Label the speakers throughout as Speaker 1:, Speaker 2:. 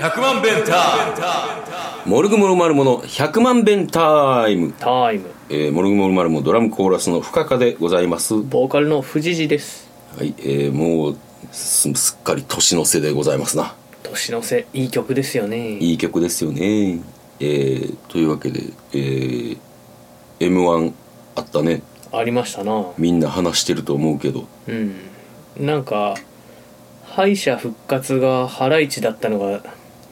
Speaker 1: 100万弁タ
Speaker 2: モルグモルマルモの100万弁タイム、
Speaker 3: タイム
Speaker 2: えーモルグモルマルモドラムコーラスの深川でございますは
Speaker 3: ボーカルの藤次です
Speaker 2: い、えーもうすすっかり年の瀬でございますな
Speaker 3: 年の瀬いい曲ですよね
Speaker 2: いい曲ですよねえーというわけで、え m 1あったね
Speaker 3: ありましたな
Speaker 2: みんな話してると思うけど
Speaker 3: うんなんか敗者復活がハライチだったのが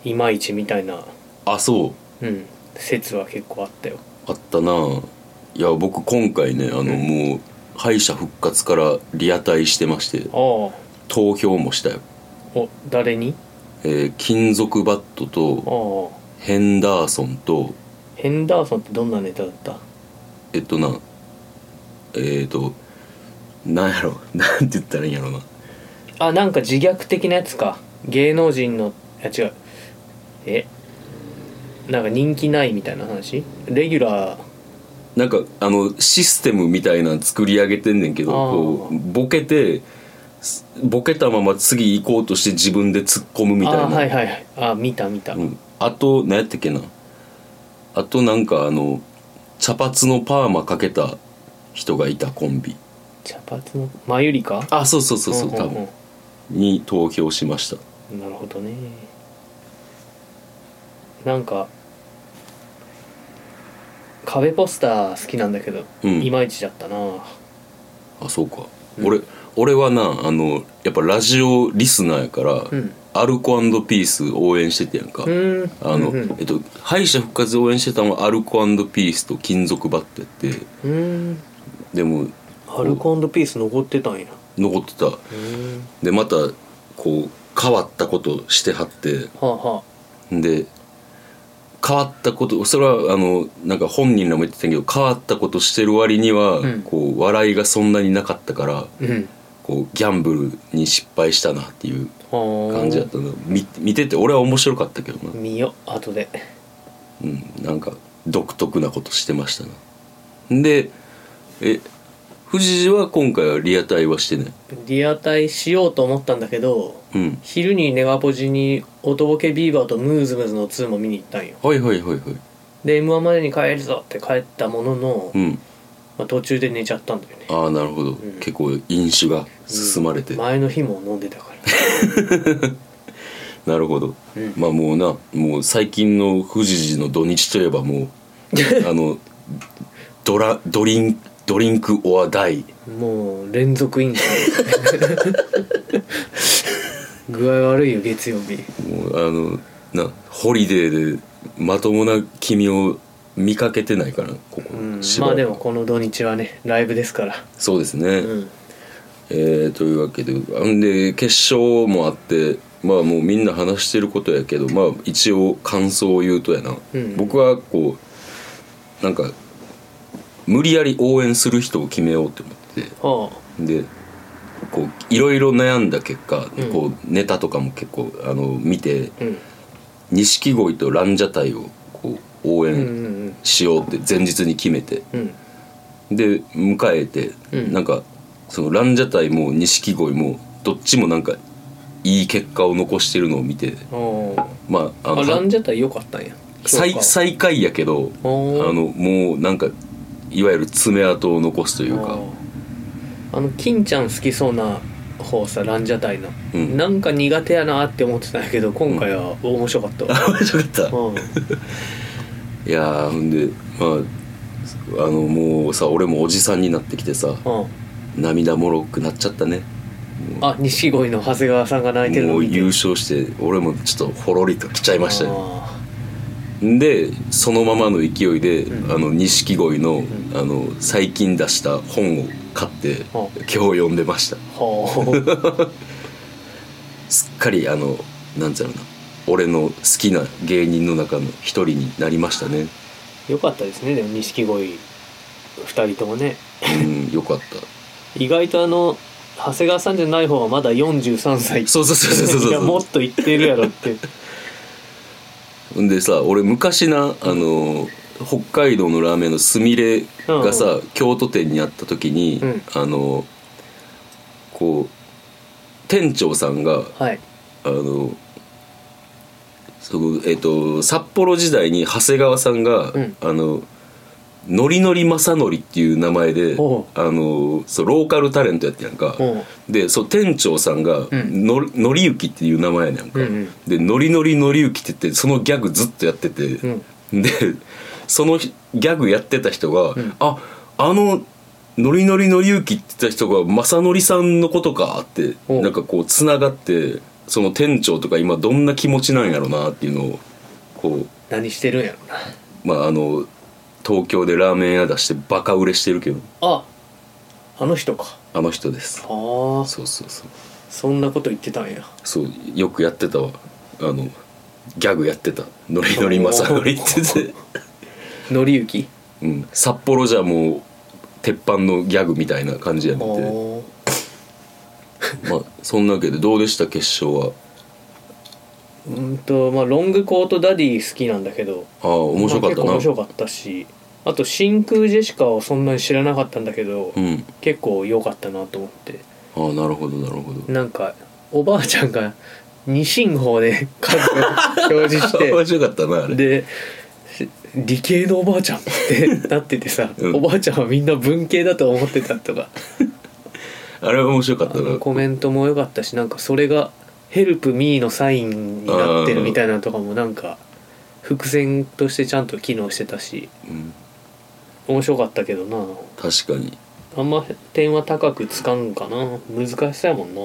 Speaker 3: いまいちみたいな
Speaker 2: あそう
Speaker 3: うん説は結構あったよ
Speaker 2: あったないや僕今回ねあの、もう敗者復活からリアタイしてまして
Speaker 3: ああ
Speaker 2: 投票もしたよ、
Speaker 3: お誰に
Speaker 2: えー金属バット
Speaker 3: あ
Speaker 2: と
Speaker 3: あ
Speaker 2: ヘンダーソンと
Speaker 3: ヘンダーソンってどんなネタだった
Speaker 2: えっとなえっ、となんやろ なんて言ったらいいんやろな
Speaker 3: あなんか自虐的なやつか芸能人のいや違うえなんか人気ないみたいな話レギュラー
Speaker 2: なんかあのシステムみたいなの作り上げてんねんけど
Speaker 3: あー
Speaker 2: こうボケてすボケたまま次行こうとして自分で突っ込むみたいな
Speaker 3: あはいはいはいあ見た見た、
Speaker 2: うん、あと何やったっけなあとなんかあの茶髪のパーマかけた人がいたコンビ
Speaker 3: 茶髪のマユリか
Speaker 2: あそうそうそうそう多
Speaker 3: んん
Speaker 2: 分に投票しました
Speaker 3: うんなるほどねなんか壁ポスター好きなんだけど、
Speaker 2: うん
Speaker 3: いまいちだったな
Speaker 2: あそうか、俺俺はなあのやっぱラジオリスナーやから、
Speaker 3: ん
Speaker 2: アルコピース応援しててやんか、
Speaker 3: うん
Speaker 2: あの、
Speaker 3: うんうん
Speaker 2: えっと敗者復活で応援してたのはアルコピースと金属バットやって
Speaker 3: うん
Speaker 2: でも
Speaker 3: アルコピース残ってたんや
Speaker 2: 残ってた
Speaker 3: うん
Speaker 2: でまたこう変わったことしてはって
Speaker 3: はあは
Speaker 2: で変わったことそれはあのなんか本人らも言ってたけど変わったことしてる割には、
Speaker 3: うん
Speaker 2: こう笑いがそんなになかったから
Speaker 3: あうん
Speaker 2: こうギャンブルに失敗したなっていう
Speaker 3: 感
Speaker 2: 感じだったの見見てて俺は面白かったけどな、
Speaker 3: 見よ後で
Speaker 2: うん、なんか独特なことしてましたなでえ藤井は今回はリアタイはしてない
Speaker 3: リアタイしようと思ったんだけど
Speaker 2: うん
Speaker 3: 昼にネガポジに音ボケビーバーとムーズムーズの2も見に行ったんよ
Speaker 2: はいはいはいはい
Speaker 3: で m 1までに帰るぞって帰ったものの、
Speaker 2: うん
Speaker 3: まあ、途中で寝ちゃったんだよね
Speaker 2: ああなるほど、
Speaker 3: ん
Speaker 2: 結構飲酒が進まれて、
Speaker 3: 前の日も飲んでたから
Speaker 2: なるほど、
Speaker 3: うん
Speaker 2: まあもうなもう最近の富士寺の土日といえば もうあのドラドリンドリンクオアダイ
Speaker 3: もう連続飲酒 具合悪いよ月曜日
Speaker 2: もうあのなホリデーでまともな君を見かけてないからここ、
Speaker 3: うん
Speaker 2: しば
Speaker 3: まあ
Speaker 2: らく
Speaker 3: でもこの土日はねライブですから
Speaker 2: そうですね、
Speaker 3: うん
Speaker 2: えーというわけであんで決勝もあってまあもうみんな話してることやけどまあ一応感想を言うとやな、
Speaker 3: うん
Speaker 2: 僕はこうなんか無理やり応援する人を決めようと思って
Speaker 3: は
Speaker 2: でこういろいろ悩んだ結果、
Speaker 3: うん
Speaker 2: こうネタとかも結構あの見て
Speaker 3: あうん
Speaker 2: 錦鯉とランジャタイをこう応
Speaker 3: うんう
Speaker 2: 援
Speaker 3: ん
Speaker 2: しようって前日に決めて、
Speaker 3: うんうん
Speaker 2: で迎えて、
Speaker 3: うん
Speaker 2: なんかそのランジャタイも錦鯉もどっちもなんかいい結果を残してるのを見て
Speaker 3: おー
Speaker 2: まああ
Speaker 3: あ
Speaker 2: の
Speaker 3: ランジャタイ良かったんや
Speaker 2: 最
Speaker 3: 評価は
Speaker 2: 最下位やけどあ
Speaker 3: おー
Speaker 2: のもうなんかいわゆる爪痕を残すというか
Speaker 3: あーあの金ちゃん好きそうな方さランジャタイの、
Speaker 2: うん
Speaker 3: なんか苦手やなって思ってたんやけど今回は面白かった わ、
Speaker 2: 面白かった
Speaker 3: うん
Speaker 2: いやーほんでまああのもうさ俺もおじさんになってきてさ
Speaker 3: うん
Speaker 2: 涙もろくなっちゃったね
Speaker 3: あ錦鯉の長谷川さんが泣いてるの
Speaker 2: もう
Speaker 3: 見て
Speaker 2: 優勝して俺もちょっとほろりと来ちゃいましたよ
Speaker 3: あ
Speaker 2: でそのままの勢いで、
Speaker 3: う
Speaker 2: あの錦鯉の,、
Speaker 3: ん
Speaker 2: あの最近出した本を買って、
Speaker 3: あ
Speaker 2: 今日読んでました
Speaker 3: ーは
Speaker 2: すっかりあのなんつうのかな俺の好きな芸人の中の一人になりましたね、
Speaker 3: あよかったですねでも錦鯉2人ともね
Speaker 2: うん、よかった
Speaker 3: 意外とあの長谷川さんじゃない方はまだ43歳
Speaker 2: そうそうそうそうそう
Speaker 3: や
Speaker 2: そ
Speaker 3: も
Speaker 2: う
Speaker 3: っといってるやろって
Speaker 2: ほんでさ俺昔なあの北海道のラーメンのすみれがさ、京都店にあった時に、
Speaker 3: うん
Speaker 2: あのこう店長さんが
Speaker 3: はい
Speaker 2: あのそのえっ、と札幌時代に長谷川さんが、
Speaker 3: うん
Speaker 2: あのノリノリ正則っていう名前であ
Speaker 3: おう
Speaker 2: のそうローカルタレントやってやんか
Speaker 3: おう
Speaker 2: でそう店長さんが
Speaker 3: ん
Speaker 2: の,、のりゆきっていう名前やねんか、
Speaker 3: うんうん
Speaker 2: でノリノリのりゆきって言ってそのギャグずっとやってて、でそのギャグやってた人が、ああのノリノリのりゆきって言った人が正則さんのことかって
Speaker 3: おう
Speaker 2: なんかこうつながってその店長とか今どんな気持ちなんやろなっていうのをこ
Speaker 3: 何してるんやろな
Speaker 2: うまああの東京でラーメン屋出してバカ売れしてるけど
Speaker 3: ああの人か
Speaker 2: あの人です
Speaker 3: ああ
Speaker 2: そうそうそう
Speaker 3: そんなこと言ってたんや
Speaker 2: そうよくやってたわあのギャグやってたノリノリ正則って言って、
Speaker 3: のりゆき
Speaker 2: うん、札幌じゃもう鉄板のギャグみたいな感じやねんて
Speaker 3: お
Speaker 2: まあそんなわけでどうでした決勝は
Speaker 3: うんとまあロングコートダディ好きなんだけど
Speaker 2: ああ面白かった
Speaker 3: ま
Speaker 2: な
Speaker 3: あ結構面白かったしあと真空ジェシカをそんなに知らなかったんだけど、
Speaker 2: うん
Speaker 3: 結構良かったなと思って
Speaker 2: ああなるほどなるほど
Speaker 3: なんかおばあちゃんが二進法で 数を表示し
Speaker 2: 面
Speaker 3: て
Speaker 2: 白かったなあれ
Speaker 3: でし理系のおばあちゃんって なっててさ、
Speaker 2: うん
Speaker 3: おばあちゃんはみんな文系だと思ってたとか
Speaker 2: あれは面白かっ
Speaker 3: あ
Speaker 2: たな
Speaker 3: のコメントも良かったしなんかそれが「ヘルプミーのサインになってるみたいなのとかもなんか伏線としてちゃんと機能してたし
Speaker 2: うん、
Speaker 3: 面白かったけどな
Speaker 2: 確かに
Speaker 3: あんま点は高くつかんかな難しさやもんな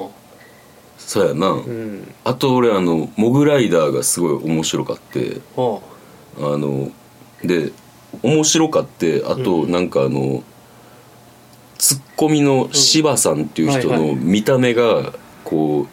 Speaker 2: そうやな、
Speaker 3: うん
Speaker 2: あと俺あのモグライダーがすごい面白かって
Speaker 3: あ
Speaker 2: あので面白かってあと
Speaker 3: うん
Speaker 2: なんかあの、ツッコミの柴さんっていう人
Speaker 3: はいは
Speaker 2: の
Speaker 3: い
Speaker 2: 見た目がこ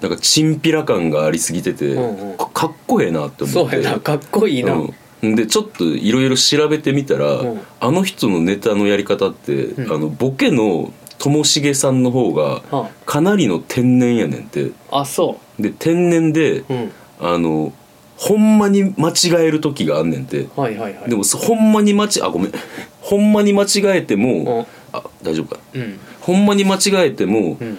Speaker 2: うなんかチンピラ感がありすぎてて、
Speaker 3: うんうん
Speaker 2: かかっこええなって
Speaker 3: あ
Speaker 2: 思
Speaker 3: そ
Speaker 2: っ
Speaker 3: う
Speaker 2: て
Speaker 3: やなかっこいいな、
Speaker 2: うん、でちょっといろいろ調べてみたら、
Speaker 3: うん
Speaker 2: あの人のネタのやり方って、
Speaker 3: うん
Speaker 2: あのボケのともしげさんの方が
Speaker 3: あ
Speaker 2: かなりの天然やねんって
Speaker 3: あそ
Speaker 2: で天然で、
Speaker 3: ううん
Speaker 2: あのほんまに間違える時があんねんて
Speaker 3: はいはいはい
Speaker 2: でもそほんまに間違あごめんほんまに間違えても、あ大丈夫か
Speaker 3: うん
Speaker 2: ほんまに間違えても、
Speaker 3: うん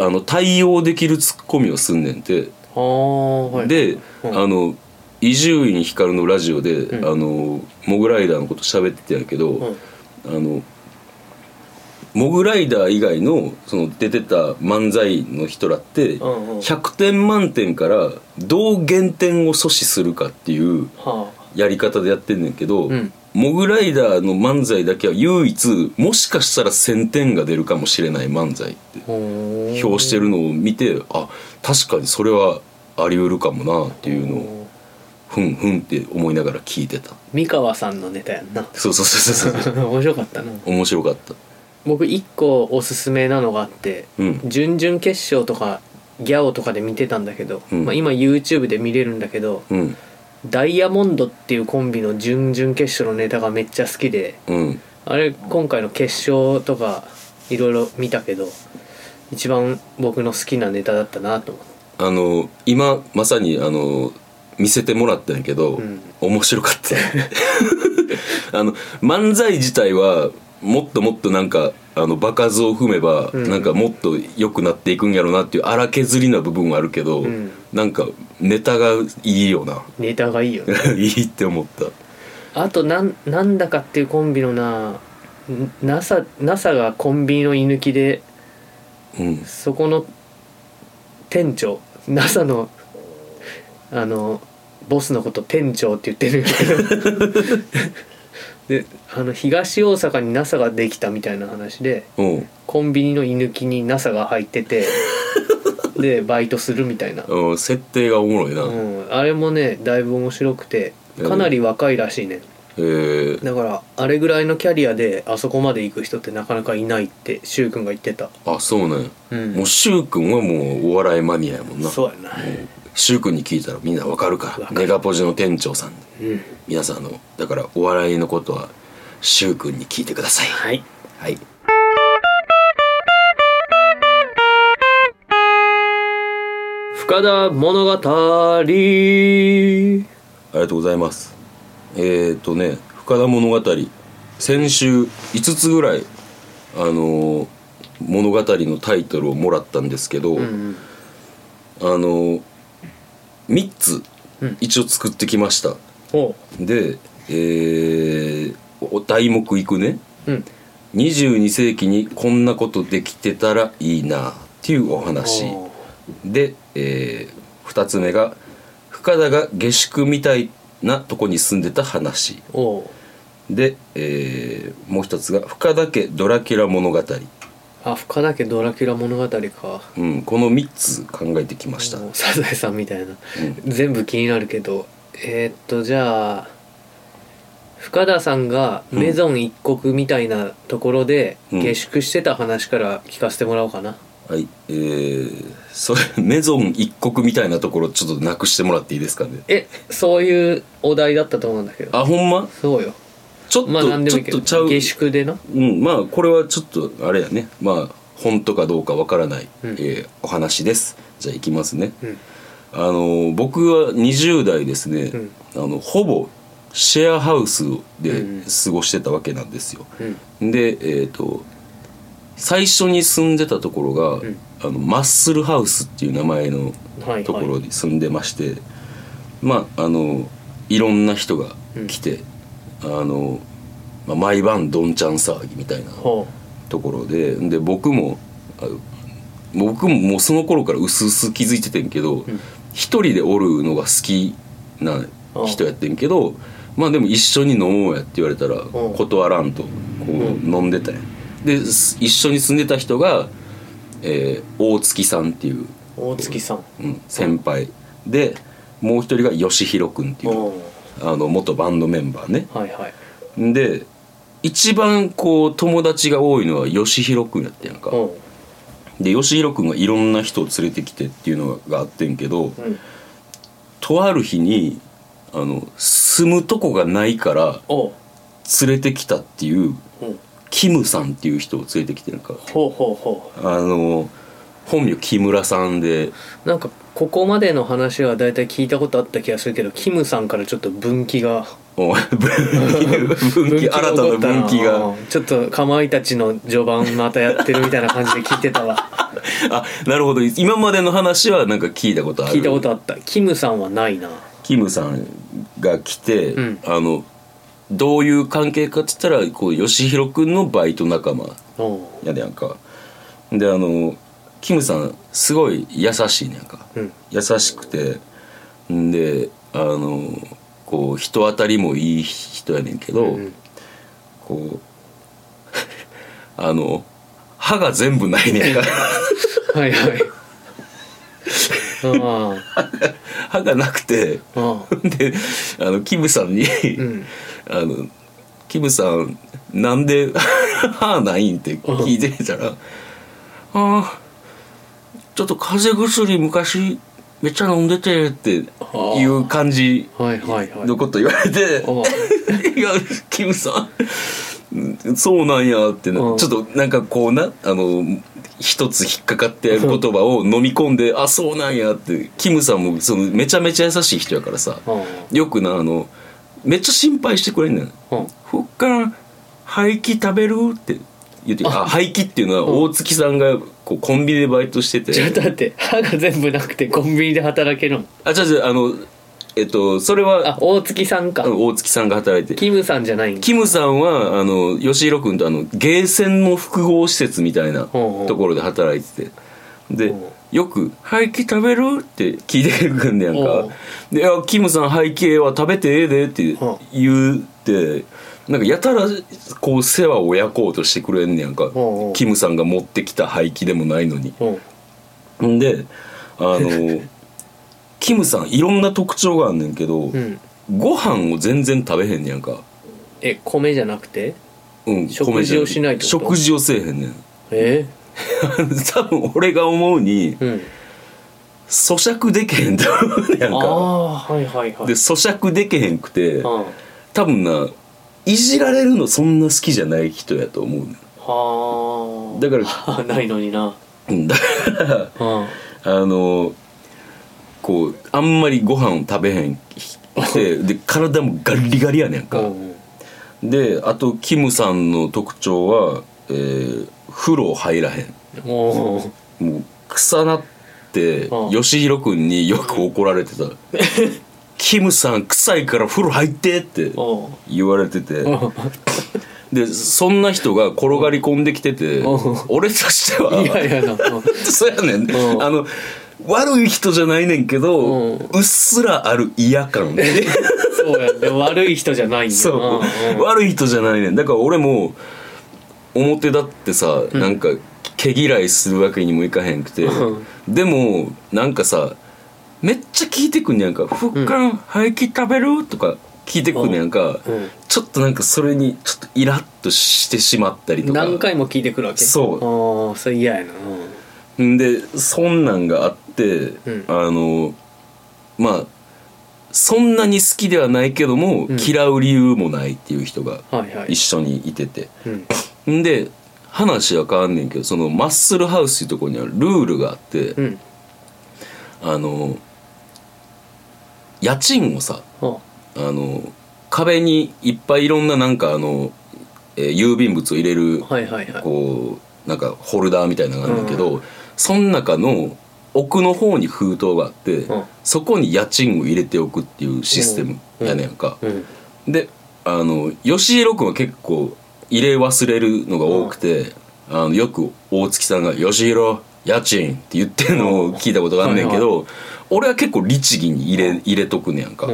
Speaker 2: あの対応できるツッコミをすんねんて。
Speaker 3: ああはい
Speaker 2: で、
Speaker 3: うん
Speaker 2: あの伊集院光のラジオで、
Speaker 3: うん
Speaker 2: あのモグライダーのこと喋ってたんやけど、
Speaker 3: うん
Speaker 2: あのモグライダー以外のその出てた漫才の人らって、
Speaker 3: うんうん
Speaker 2: 100点満点からどう減点を阻止するかっていう
Speaker 3: は
Speaker 2: やり方でやってんねんけど、
Speaker 3: うん
Speaker 2: モグライダーの漫才だけは唯一もしかしたら1,000点が出るかもしれない漫才って
Speaker 3: あほー
Speaker 2: 表してるのを見てあ確かにそれはあり得るかもなっていうのをふんふんって思いながら聞いてた
Speaker 3: 三河さんのネタやんな
Speaker 2: そうそうそうそうそう
Speaker 3: 面白かったな
Speaker 2: 面白かった
Speaker 3: 僕一個おすすめなのがあって、
Speaker 2: うん
Speaker 3: 準々決勝とかギャオとかで見てたんだけど、
Speaker 2: うん
Speaker 3: まあ、今 YouTube で見れるんだけど、
Speaker 2: うん
Speaker 3: ダイヤモンドっていうコンビの準々決勝のネタがめっちゃ好きで
Speaker 2: うん
Speaker 3: あれ今回の決勝とかいろいろ見たけど一番僕の好きなネタだったなと思って
Speaker 2: あの今まさにあの見せてもらったんやけど、
Speaker 3: ん
Speaker 2: 面白かった あの漫才自体はもっともっとなんかあの場数を踏めば、
Speaker 3: ん
Speaker 2: なんかもっと良くなっていくんやろうなっていう荒削りな部分はあるけど、
Speaker 3: ん
Speaker 2: なんかネタがいいよな
Speaker 3: ネタがいいよね
Speaker 2: いいって思った
Speaker 3: あとなんなんだかっていうコンビのな NASA, NASA がコンビニの居抜きで
Speaker 2: うん
Speaker 3: そこの店長 NASA のあのボスのこと店長って言ってるんだけどであの東大阪に NASA ができたみたいな話で
Speaker 2: うん
Speaker 3: コンビニの居抜きに NASA が入って てでバイトするみたいな、
Speaker 2: うん設定がおもろいな、
Speaker 3: う
Speaker 2: え
Speaker 3: ん、あれもねだいぶ面白くてかなり若いらしいね
Speaker 2: ー
Speaker 3: だからあれぐらいのキャリアであそこまで行く人ってなかなかいないって柊君が言ってた、
Speaker 2: あそうなんや、
Speaker 3: うん
Speaker 2: もうしゅうくんはもうお笑いマニアやもんな
Speaker 3: そうやな、
Speaker 2: シュウ君に聞いたらみんなわかるか
Speaker 3: わ
Speaker 2: ら
Speaker 3: かる
Speaker 2: ネガポジの店長さん
Speaker 3: うん、
Speaker 2: 皆さんあのだからお笑いのことはシュウ君に聞いてください
Speaker 3: はい
Speaker 2: はい
Speaker 3: 深田物語は
Speaker 2: ありがとうございますえー、とね「深田物語」先週5つぐらいあのー物語のタイトルをもらったんですけど、
Speaker 3: うん
Speaker 2: あの3つ
Speaker 3: うん
Speaker 2: 一応作ってきました、
Speaker 3: おう
Speaker 2: で、えーお題目いくね
Speaker 3: うん
Speaker 2: 22世紀にこんなことできてたらいいなっていうお話
Speaker 3: おう
Speaker 2: で、え2つ目が深田が下宿みたいなとこに住んでた話
Speaker 3: おう
Speaker 2: で、えーもう一つが深田家ドラキュラ物語、
Speaker 3: あ深田家ドラキュラ物語か
Speaker 2: うん、この3つ考えてきました
Speaker 3: もうサザエさんみたいな、
Speaker 2: う
Speaker 3: 全部気になるけどえーっとじゃあ深田さんがメゾン一国みたいなところで
Speaker 2: うん
Speaker 3: 下宿してた話から聞かせてもらおうかな、
Speaker 2: はいえー、それメゾン一国みたいなところちょっとなくしてもらっていいですかね
Speaker 3: えそういうお題だったと思うんだけど
Speaker 2: あほんま
Speaker 3: そうよ
Speaker 2: ちょっと、
Speaker 3: まあ何で
Speaker 2: ち
Speaker 3: も
Speaker 2: ょ
Speaker 3: いい
Speaker 2: っ
Speaker 3: け
Speaker 2: と
Speaker 3: ど
Speaker 2: ちゃう
Speaker 3: 下宿でな
Speaker 2: うん、まあこれはちょっとあれやねまあ本当かどうかわからない、
Speaker 3: うん
Speaker 2: えーお話ですじゃあいきますね、
Speaker 3: うん
Speaker 2: あのー僕は20代ですね、
Speaker 3: ん
Speaker 2: あのほぼシェアハウスで
Speaker 3: うん
Speaker 2: 過ごしてたわけなんですよ、
Speaker 3: うん
Speaker 2: でえっ、と最初に住んでたところが、
Speaker 3: ん
Speaker 2: あのマッスルハウスっていう名前の
Speaker 3: はいはい
Speaker 2: ところに住んでまして、まああのいろんな人が来て、あの、まあ、毎晩どんちゃん騒ぎみたいな
Speaker 3: ほ
Speaker 2: ところでで僕もあ僕ももうその頃からうすうす気づいててんけど
Speaker 3: ん
Speaker 2: 一、人でおるのが好きな人やってんけどまあでも一緒に飲もうやって言われたら
Speaker 3: ん
Speaker 2: 断らんとこう
Speaker 3: うん
Speaker 2: 飲んでたんやです一緒に住んでた人が、えー大月さんっていう、
Speaker 3: う大月さん
Speaker 2: うん先輩でもう一人が吉弘君っていう
Speaker 3: おう
Speaker 2: あの元バンドメンバーね
Speaker 3: はいはい
Speaker 2: で一番こう友達が多いのは吉弘君やってんやんか
Speaker 3: おう
Speaker 2: で吉弘君がいろんな人を連れてきてっていうのがあってんけど
Speaker 3: うん
Speaker 2: とある日にあの住むとこがないから
Speaker 3: おう
Speaker 2: 連れてきたっていう
Speaker 3: うん
Speaker 2: キムさんっていう人を連れてきてなんか
Speaker 3: ほうほうほ
Speaker 2: あの本名木村さんで
Speaker 3: うなんかここまでの話は大体聞いたことあった気がするけどキムさんからちょっと分岐が
Speaker 2: お 分岐新たな分岐が
Speaker 3: うんちょっとかまいたちの序盤またやってるみたいな感じで聞いてたわ
Speaker 2: あなるほど今までの話はなんか聞いたことある
Speaker 3: 聞いたことあったキムさんはないな
Speaker 2: キムさんが来て、
Speaker 3: うん
Speaker 2: あのどういう関係かって言ったらこう吉弘君のバイト仲間
Speaker 3: おう
Speaker 2: やでやんかであのキムさんすごい優しいねやんか、
Speaker 3: うん
Speaker 2: 優しくてんであのこう人当たりもいい人やねんけど、
Speaker 3: ん
Speaker 2: こう あの歯が全部ない ねんか
Speaker 3: はいはいあ
Speaker 2: 歯がなくて
Speaker 3: あああ
Speaker 2: であのキムさんに、
Speaker 3: ん
Speaker 2: あの「キムさんなんで 歯ないん?」って聞いてたら「あーちょっと風邪薬昔めっちゃ飲んでて」っていう感じ
Speaker 3: はいはいはい
Speaker 2: のこと言われて
Speaker 3: おう
Speaker 2: 「いやキムさんそうなんや」ってな
Speaker 3: うん
Speaker 2: ちょっとなんかこうなあの一つ引っかかってやる言葉を飲み込んで「あそうなんや」ってキムさんもそのめちゃめちゃ優しい人やからさ
Speaker 3: おう
Speaker 2: よくなあのめっちゃ心配してくれんねん。
Speaker 3: おう
Speaker 2: ふっから廃棄食べるって言ってあ廃棄っていうのは大月さんがこうコンビニでバイトしてて
Speaker 3: ちょっと待って歯が全部なくてコンビニで働けるの
Speaker 2: あ違う違うあのえっとそれは
Speaker 3: あ大月さんか
Speaker 2: あの大月さんが働いて
Speaker 3: キムさんじゃないんだ
Speaker 2: キムさんはあの吉弘君とあのゲーセンの複合施設みたいな
Speaker 3: ほう
Speaker 2: ところで働いててで
Speaker 3: ほ
Speaker 2: よく「廃棄食べる?」って聞いてくんねやん
Speaker 3: ほ
Speaker 2: か「でいやキムさん廃棄は食べてええで」って
Speaker 3: ほ
Speaker 2: 言うてなんかやたらこう世話を焼こうとしてくれんねやんか
Speaker 3: ほうほう
Speaker 2: キムさんが持ってきた廃棄でもないのに。
Speaker 3: おうん
Speaker 2: であ のキムさんいろんな特徴があんねんけど、
Speaker 3: うん
Speaker 2: ご飯を全然食べへんねやんか。
Speaker 3: え米じゃなくて
Speaker 2: うん、
Speaker 3: 食事をしないってこと
Speaker 2: 食事をせえへんね ん
Speaker 3: え
Speaker 2: 多分俺が思うに
Speaker 3: うん
Speaker 2: 咀嚼でけへんと思うねやん
Speaker 3: あ
Speaker 2: か
Speaker 3: あはいはいはい
Speaker 2: で咀嚼でけへんくて
Speaker 3: うん
Speaker 2: 多分ないじられるのそんな好きじゃない人やと思うねん
Speaker 3: はあ
Speaker 2: だから
Speaker 3: らないのにな
Speaker 2: うんだから
Speaker 3: うん
Speaker 2: あのこうあんまりご飯を食べへんでで体もガリガリやねんか、
Speaker 3: うん
Speaker 2: であとキムさんの特徴はえー風呂入らへん
Speaker 3: おー
Speaker 2: もう草なって
Speaker 3: うん
Speaker 2: 吉弘君によく怒られて た「キムさん臭いから風呂入って」って
Speaker 3: おー
Speaker 2: 言われてて
Speaker 3: お
Speaker 2: でそんな人が転がり込んできてて
Speaker 3: うん
Speaker 2: 俺としては
Speaker 3: ーいやいやなおー
Speaker 2: そうやねん
Speaker 3: うん
Speaker 2: あの悪い人じゃないねんけど
Speaker 3: うん
Speaker 2: うっすらある嫌 感
Speaker 3: そうやで悪い人じゃないんだ
Speaker 2: そう悪い人じゃないねんだから俺も表だってさなんか毛嫌いするわけにもいかへんくて
Speaker 3: うん
Speaker 2: でもなんかさめっちゃ聞いてくんねやんか「ふっかん廃棄食べる?」とか聞いてくんねやんか
Speaker 3: うんうん
Speaker 2: ちょっとなんかそれにちょっとイラッとしてしまったりとか
Speaker 3: 何回も聞いてくるわけ
Speaker 2: そう
Speaker 3: おーそれ嫌やなうん
Speaker 2: でそんなんがあって、
Speaker 3: ん
Speaker 2: あのまあそんなに好きではないけども、
Speaker 3: うん
Speaker 2: 嫌う理由もないっていう人が
Speaker 3: はいはい
Speaker 2: 一緒にいてて、
Speaker 3: うん
Speaker 2: んで話は変わんねんけどそのマッスルハウスっていうところにはルールがあって、
Speaker 3: うん
Speaker 2: あの家賃をさ
Speaker 3: お
Speaker 2: あの壁にいっぱいいろんななんかあの、えー郵便物を入れる
Speaker 3: はいはいはい
Speaker 2: こうなんかホルダーみたいなのがあるんだけど、その中の奥の方に封筒があって、
Speaker 3: うん
Speaker 2: そこに家賃を入れておくっていうシステムやねんか、
Speaker 3: うん
Speaker 2: であの吉弘君は結構入れ忘れるのが多くて、あのよく大月さんが「吉弘家賃」って言ってんのを聞いたことがあんねんけど、俺は結構律儀に入れ入れとくねやんか、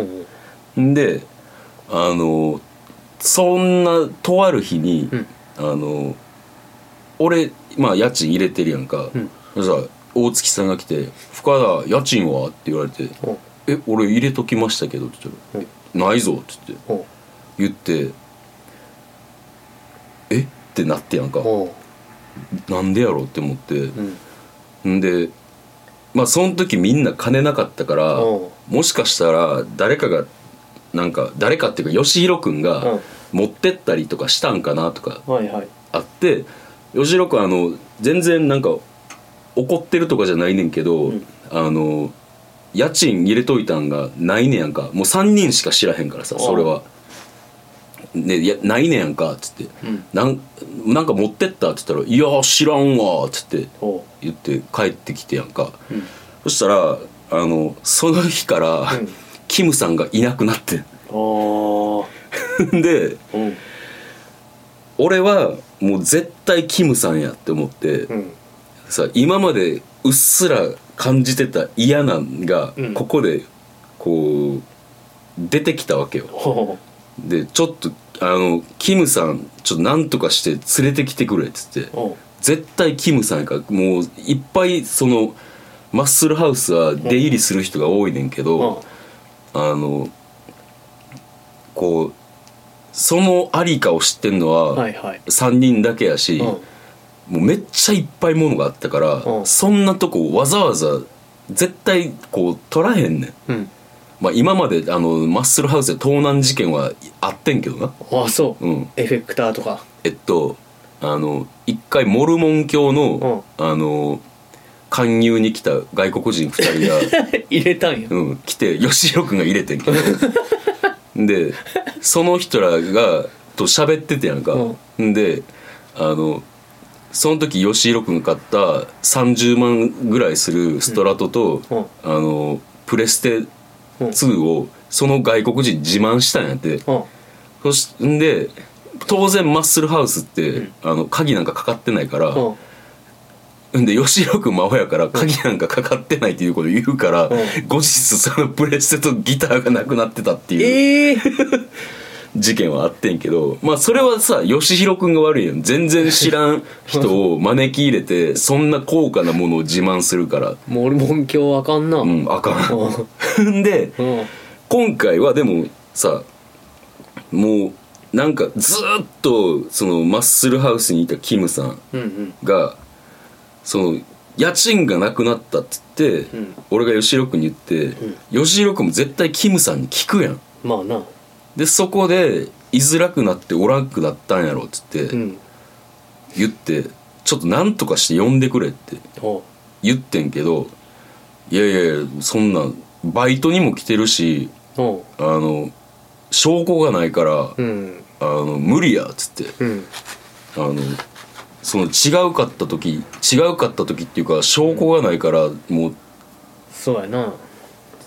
Speaker 3: うん
Speaker 2: であのそんなとある日に、
Speaker 3: うん
Speaker 2: あの俺まあ家賃入れてるやんか、
Speaker 3: うん
Speaker 2: そしたら大月さんが来て「深田家賃は?」って言われて
Speaker 3: お
Speaker 2: 「え俺入れときましたけど」って言ったら「ないぞ」って言って
Speaker 3: お
Speaker 2: 言って「えっ?」てなってやんか
Speaker 3: お
Speaker 2: なんでやろうって思って、
Speaker 3: うん
Speaker 2: んでまあその時みんな金なかったから
Speaker 3: うん
Speaker 2: もしかしたら誰かがなんか誰かっていうか吉弘君
Speaker 3: う
Speaker 2: が
Speaker 3: ん
Speaker 2: 持ってったりとかしたんかなとか
Speaker 3: はいはい
Speaker 2: あって吉弘君あの全然なんか怒ってるとかじゃないねんけど、
Speaker 3: ん
Speaker 2: あの家賃入れといたんがないねやんかもう3人しか知らへんからさ
Speaker 3: うん
Speaker 2: それは。ね、いやないねやんかっつって、
Speaker 3: うん
Speaker 2: なんなんか持ってったっつったら「いや知らんわ」っつって
Speaker 3: おう
Speaker 2: 言って帰ってきてやんか、
Speaker 3: うん
Speaker 2: そしたらあのその日から、
Speaker 3: ん
Speaker 2: キムさんがいなくなって
Speaker 3: おー
Speaker 2: ん で
Speaker 3: うん
Speaker 2: 俺はもう絶対キムさんやって思って、
Speaker 3: うん
Speaker 2: さ今までうっすら感じてた嫌なんが、
Speaker 3: うん
Speaker 2: ここでこう出てきたわけよ
Speaker 3: おう
Speaker 2: でちょっとあのキムさんちょっとなんとかして連れてきてくれっつって
Speaker 3: おう
Speaker 2: 絶対キムさんやからもういっぱいそのマッスルハウスは出入りする人が多いねんけ
Speaker 3: お
Speaker 2: ど、あのこうそのありかを知ってんの
Speaker 3: うは
Speaker 2: はい
Speaker 3: はい
Speaker 2: 3人だけやし、
Speaker 3: うん
Speaker 2: もうめっちゃいっぱいものがあったから、
Speaker 3: うん
Speaker 2: そんなとこわざわざ絶対こう取らへんねん、
Speaker 3: うん
Speaker 2: まあ、今まであのマッスルハウスで盗難事件はあってんけどな
Speaker 3: あそう
Speaker 2: うん
Speaker 3: エフェクターとか
Speaker 2: えっとあの一回モルモン教の、あの勧誘に来た外国人2人が、
Speaker 3: 入れたんや
Speaker 2: うん、来て吉弘君が入れてんけ どでその人らがと喋っててやんか、ん、であのその時吉弘君が買った30万ぐらいするストラトと、
Speaker 3: うん
Speaker 2: あのプレステ
Speaker 3: うん
Speaker 2: 2をその外国人に自慢したんやって。
Speaker 3: うん
Speaker 2: そしんで当然マッスルハウスって、あの鍵なんかかかってないから、
Speaker 3: うん
Speaker 2: ん、で吉弘君真帆やから鍵なんかかかってないっていうことを言うから、
Speaker 3: ん
Speaker 2: 後日そのプレステとギターがなくなってたっていう
Speaker 3: ええー
Speaker 2: 事件はあってんけどまあそれはさ吉弘君が悪いやん全然知らん人を招き入れてそんな高価なものを自慢するから
Speaker 3: モルモン教あかんなう
Speaker 2: うんんあか
Speaker 3: うん
Speaker 2: ん。ん で
Speaker 3: うん
Speaker 2: 今回はでもさもうなんかずーっとそのマッスルハウスにいたキムさん
Speaker 3: うん
Speaker 2: がその家賃がなくなったって言って、
Speaker 3: うん
Speaker 2: 俺が吉六に言って、吉六も絶対キムさんに聞くやん
Speaker 3: まあな
Speaker 2: でそこで居づらくなっておらんくなったんやろっつって、
Speaker 3: うん
Speaker 2: 言ってちょっとなんとかして呼んでくれって
Speaker 3: おう
Speaker 2: 言ってんけどいやいやいやそんなんバイトにも来てるし
Speaker 3: おう
Speaker 2: あの証拠がないから、
Speaker 3: うん
Speaker 2: あの無理やっつって
Speaker 3: うん
Speaker 2: あのその違うかった時違うかった時っていうか証拠がないからもう
Speaker 3: そうやな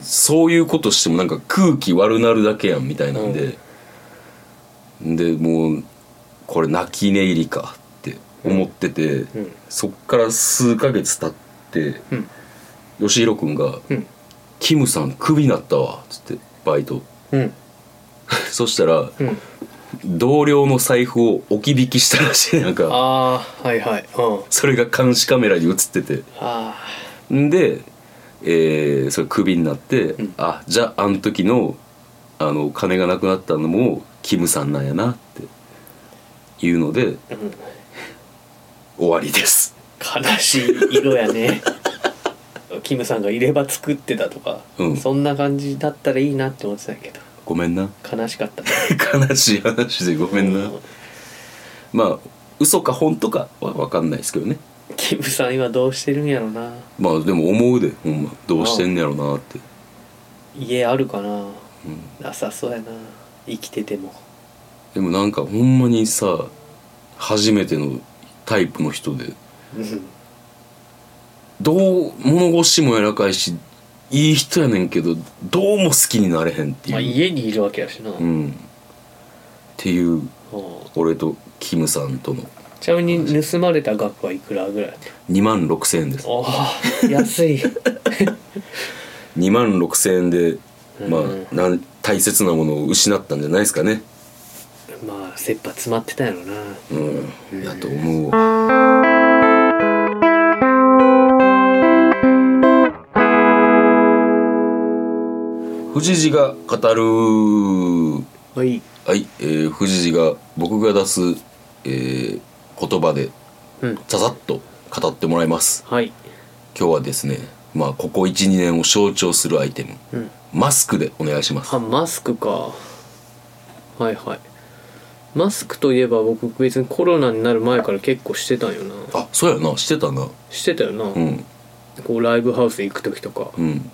Speaker 2: そういうことしてもなんか空気悪なるだけやんみたいなんで、でもうこれ泣き寝入りかって思ってて、
Speaker 3: ん
Speaker 2: そっから数ヶ月経って、
Speaker 3: うん
Speaker 2: 吉弘君が
Speaker 3: うん
Speaker 2: 「キムさんクビになったわ」っつってバイト
Speaker 3: うん
Speaker 2: そしたら
Speaker 3: うん
Speaker 2: 同僚の財布を置き引きしたらしいなんか
Speaker 3: ああはいはいうん
Speaker 2: それが監視カメラに映ってて
Speaker 3: あ
Speaker 2: んで、えーそれクビになって、
Speaker 3: ん
Speaker 2: あじゃああの時のあの金がなくなったのもキムさんなんやなっていうので
Speaker 3: あ、うん、
Speaker 2: 終わりです
Speaker 3: 悲しい色やね キムさんが入れ歯作ってたとか、
Speaker 2: うん
Speaker 3: そんな感じだったらいいなって思ってたけど
Speaker 2: ごめんな
Speaker 3: 悲しかったね
Speaker 2: 悲しい話でごめんな、
Speaker 3: うん
Speaker 2: まあ嘘か本当かは分かんないですけどね
Speaker 3: キムさん今どうしてるんやろな
Speaker 2: まあでも思うでほんまどうしてんねやろなって、
Speaker 3: 家あるかな
Speaker 2: うん、
Speaker 3: なさそうやな生きてても
Speaker 2: でもなんかほんまにさ初めてのタイプの人で
Speaker 3: うん
Speaker 2: どう物腰も柔らかいしいい人やねんけどどうも好きになれへんっていう、
Speaker 3: まあ家にいるわけやしな、
Speaker 2: う
Speaker 3: うん
Speaker 2: んっていう俺とキムさんとの
Speaker 3: ちなみに盗まれた額はいくらぐらい
Speaker 2: 2万6,000円です
Speaker 3: おー 安い
Speaker 2: 2万6,000円でま
Speaker 3: うん
Speaker 2: あなん大切なものを失ったんじゃないですかね
Speaker 3: まあ切羽詰まってたんやろな
Speaker 2: うんだと思うわ藤次が語る
Speaker 3: はい
Speaker 2: はい、えー、藤次が僕が出す、えー言葉で
Speaker 3: うん
Speaker 2: ささっと語ってもらいます
Speaker 3: はい
Speaker 2: 今日はですねまあここ12年を象徴するアイテム
Speaker 3: うん
Speaker 2: マスクでお願いします
Speaker 3: あマスクかはいはいマスクといえば僕別にコロナになる前から結構してたんよな
Speaker 2: あそうやなしてたな
Speaker 3: してたよな、
Speaker 2: うん
Speaker 3: こうライブハウス行く時とか
Speaker 2: うん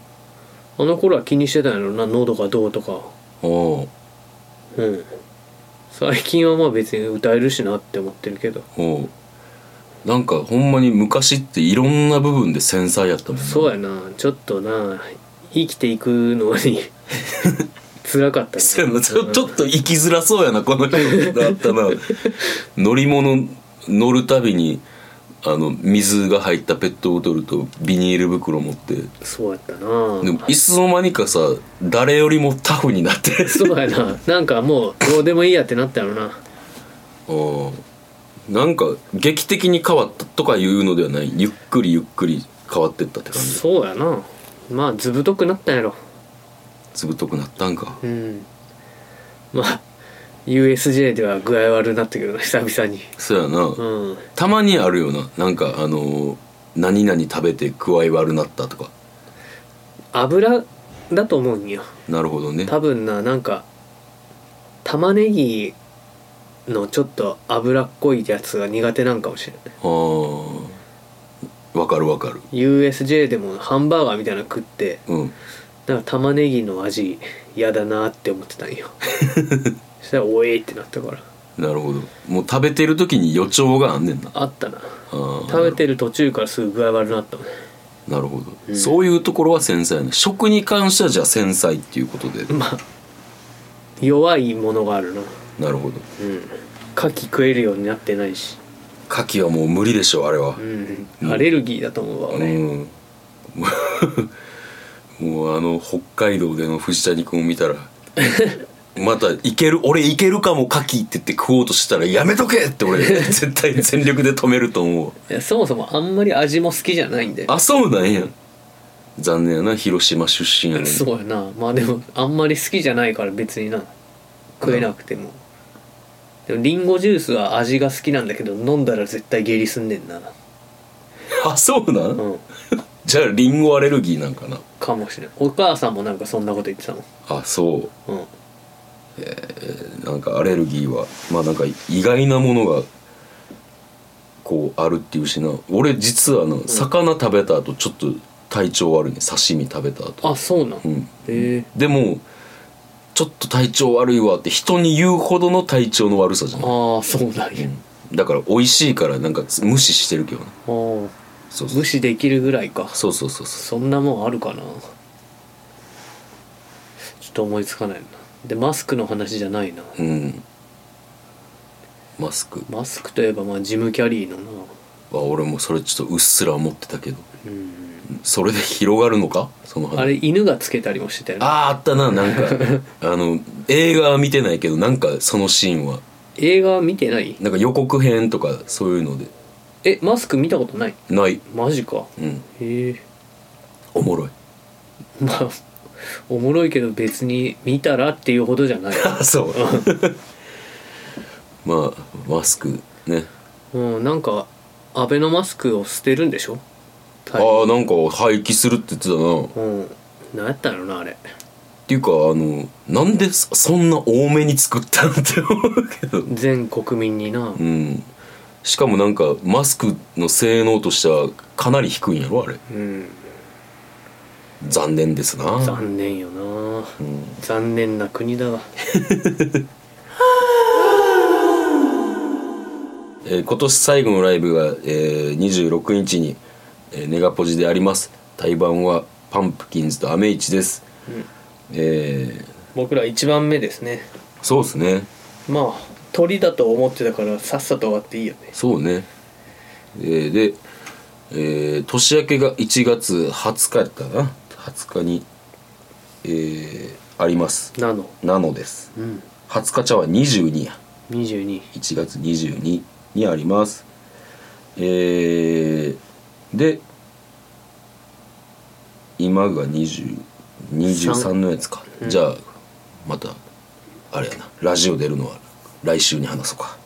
Speaker 3: あの頃は気にしてたんやろな喉がどうとか
Speaker 2: おー
Speaker 3: うん最近はまあ別に歌えるしなって思ってるけど
Speaker 2: おーなんかほんまに昔っていろんな部分で繊細やったもんな
Speaker 3: そうやなちょっとな生きていくのに 辛かったな
Speaker 2: そうやな ちょちょっと生きづらそうやなこの人だった な乗り物乗るたびにあの水が入ったペットボトルとビニール袋持ってで
Speaker 3: そうやったな
Speaker 2: もいつの間にかさ誰よりもタフになって
Speaker 3: そうやななんかもうどうでもいいやってなったよな
Speaker 2: ああ なんか劇的に変わったとかいうのではないゆっくりゆっくり変わってったって感じ
Speaker 3: そうやなまあずぶとくなったんやろ
Speaker 2: つぶとくなったんか
Speaker 3: うんまあ USJ では具合悪なったけどな久々に
Speaker 2: そうやな、
Speaker 3: うん
Speaker 2: たまにあるよななんかあのー何々食べて具合悪なったとか
Speaker 3: 油だと思うんよ
Speaker 2: なるほどね
Speaker 3: 多分ななんか玉ねぎのちょっと脂っこいやつが苦手なんかもしれない
Speaker 2: あーわかるわかる
Speaker 3: USJ でもハンバーガーみたいなの食って
Speaker 2: うん
Speaker 3: なんか玉ねぎの味嫌だなって思ってた んよそしたら「おえ!」ってなったから
Speaker 2: なるほどもう食べてる時に予兆があんねんな
Speaker 3: あったな
Speaker 2: 食
Speaker 3: 食べてる途中からすぐ具合悪くなったもんね
Speaker 2: なるほど、そういうところは繊細やね食に関してはじゃあ繊細っていうことで
Speaker 3: まあ弱いものがあるな
Speaker 2: なるほど
Speaker 3: うん牡蠣食えるようになってないし
Speaker 2: 牡蠣はもう無理でしょあれは
Speaker 3: うん
Speaker 2: うん
Speaker 3: アレルギーだと思うわ
Speaker 2: う
Speaker 3: 俺、
Speaker 2: ん もうあの北海道での藤谷君を見たらまたいける俺いけるかも牡蠣って言って食おうとしたらやめとけって 俺絶対全力で止めると思う
Speaker 3: いやそもそもあんまり味も好きじゃないんで
Speaker 2: あそうなんや残念やな広島出身やねん
Speaker 3: そうやなまあでもあんまり好きじゃないから別にな食えなくても、でもリンゴジュースは味が好きなんだけど飲んだら絶対下痢すんねんな
Speaker 2: あそうなん、
Speaker 3: うん
Speaker 2: じゃあリンゴアレルギーなんかな
Speaker 3: かもしれないお母さんもなんかそんなこと言ってたもん
Speaker 2: あそう
Speaker 3: うん
Speaker 2: なんかアレルギーはまあなんか意外なものがこうあるっていうしな俺実はな魚食べた後ちょっと体調悪いね刺身食べた後
Speaker 3: あそうなん、
Speaker 2: うん
Speaker 3: へえ
Speaker 2: でもちょっと体調悪いわって人に言うほどの体調の悪さじゃない
Speaker 3: ああそうなんや、
Speaker 2: だから美味しいからなんか無視してるけどな
Speaker 3: おー
Speaker 2: そうそう
Speaker 3: 無視できるぐらいか
Speaker 2: そうそうそうそ
Speaker 3: そんなもんあるかなちょっと思いつかないなでマスクの話じゃないな
Speaker 2: ううんマスク
Speaker 3: マスクといえばまあジム・キャリーのな
Speaker 2: は俺もそれちょっとうっすら思ってたけど
Speaker 3: うん
Speaker 2: それで広がるのかその話
Speaker 3: あれ犬がつけたりもしてたよね
Speaker 2: あーあったななん かあの映画は見てないけどなんかそのシーンは
Speaker 3: 映画見てない
Speaker 2: なんか予告編とかそういうので
Speaker 3: えマスク見たことない
Speaker 2: ない
Speaker 3: マジか
Speaker 2: うん
Speaker 3: へえ
Speaker 2: おもろい
Speaker 3: まあおもろいけど別に見たらっていうほどじ ゃない
Speaker 2: そうまあマスクね、
Speaker 3: うんなんかアベノマスクを捨てるんでしょ
Speaker 2: ああなんか廃棄するって言ってたなっ
Speaker 3: うん何やったのなあれ
Speaker 2: ていうかあのなんでそそんな多めに作ったんって思うけど
Speaker 3: 全国民にな
Speaker 2: うんしかもなんかマスクの性能としてはかなり低いんやろあれ
Speaker 3: うん
Speaker 2: 残念ですな
Speaker 3: 残念よな
Speaker 2: うん
Speaker 3: 残念な国だわ
Speaker 2: えー今年最後のライブが、えー26日に、えーネガポジであります対バンはパンプキンズとアメイチです、えー
Speaker 3: 僕ら一番目ですね
Speaker 2: そうですね
Speaker 3: まあ鳥だと思ってたからさっさと終わっていいよね
Speaker 2: そうね、えーで、えー年明けが1月20日やったかな20日に、えーあります
Speaker 3: なの
Speaker 2: なのです
Speaker 3: うん
Speaker 2: 20日茶は22や
Speaker 3: 22
Speaker 2: 1月22にありますえーで今が2023のやつか、じゃあまたあれやなラジオ出るのは来週に話そうか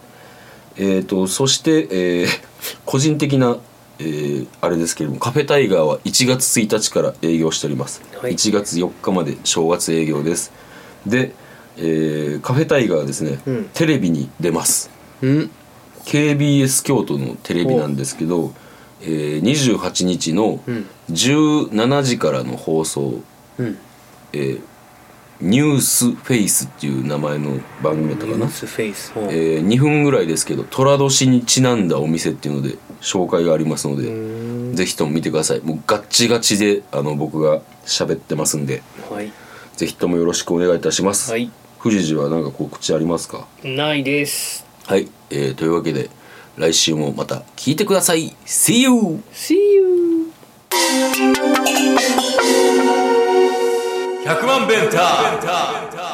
Speaker 2: えー、とそして、えー 個人的な、えーあれですけれどもカフェタイガーは1月1日から営業しております、
Speaker 3: はい
Speaker 2: 1月4日まで正月営業ですで、えーカフェタイガーはですね、
Speaker 3: うん
Speaker 2: テレビに出ます
Speaker 3: うん
Speaker 2: KBS 京都のテレビなんですけど、えー28日の
Speaker 3: うん
Speaker 2: 17時からの放送
Speaker 3: うん
Speaker 2: 「えーニュースフェイス」っていう名前の番組だった
Speaker 3: ニ
Speaker 2: か
Speaker 3: ュー
Speaker 2: な、
Speaker 3: スフェイスほう
Speaker 2: え2分ぐらいですけど寅年にちなんだお店っていうので紹介がありますので、
Speaker 3: ー
Speaker 2: ぜひとも見てくださいもうガッチガチであの僕が喋ってますんで
Speaker 3: はい
Speaker 2: ぜひともよろしくお願いいたします、
Speaker 3: はい
Speaker 2: 富士寺は何か告知ありますか
Speaker 3: ないです
Speaker 2: はい、えーというわけで来週もまた聞いてください See you!
Speaker 3: See you
Speaker 1: 100万ベンター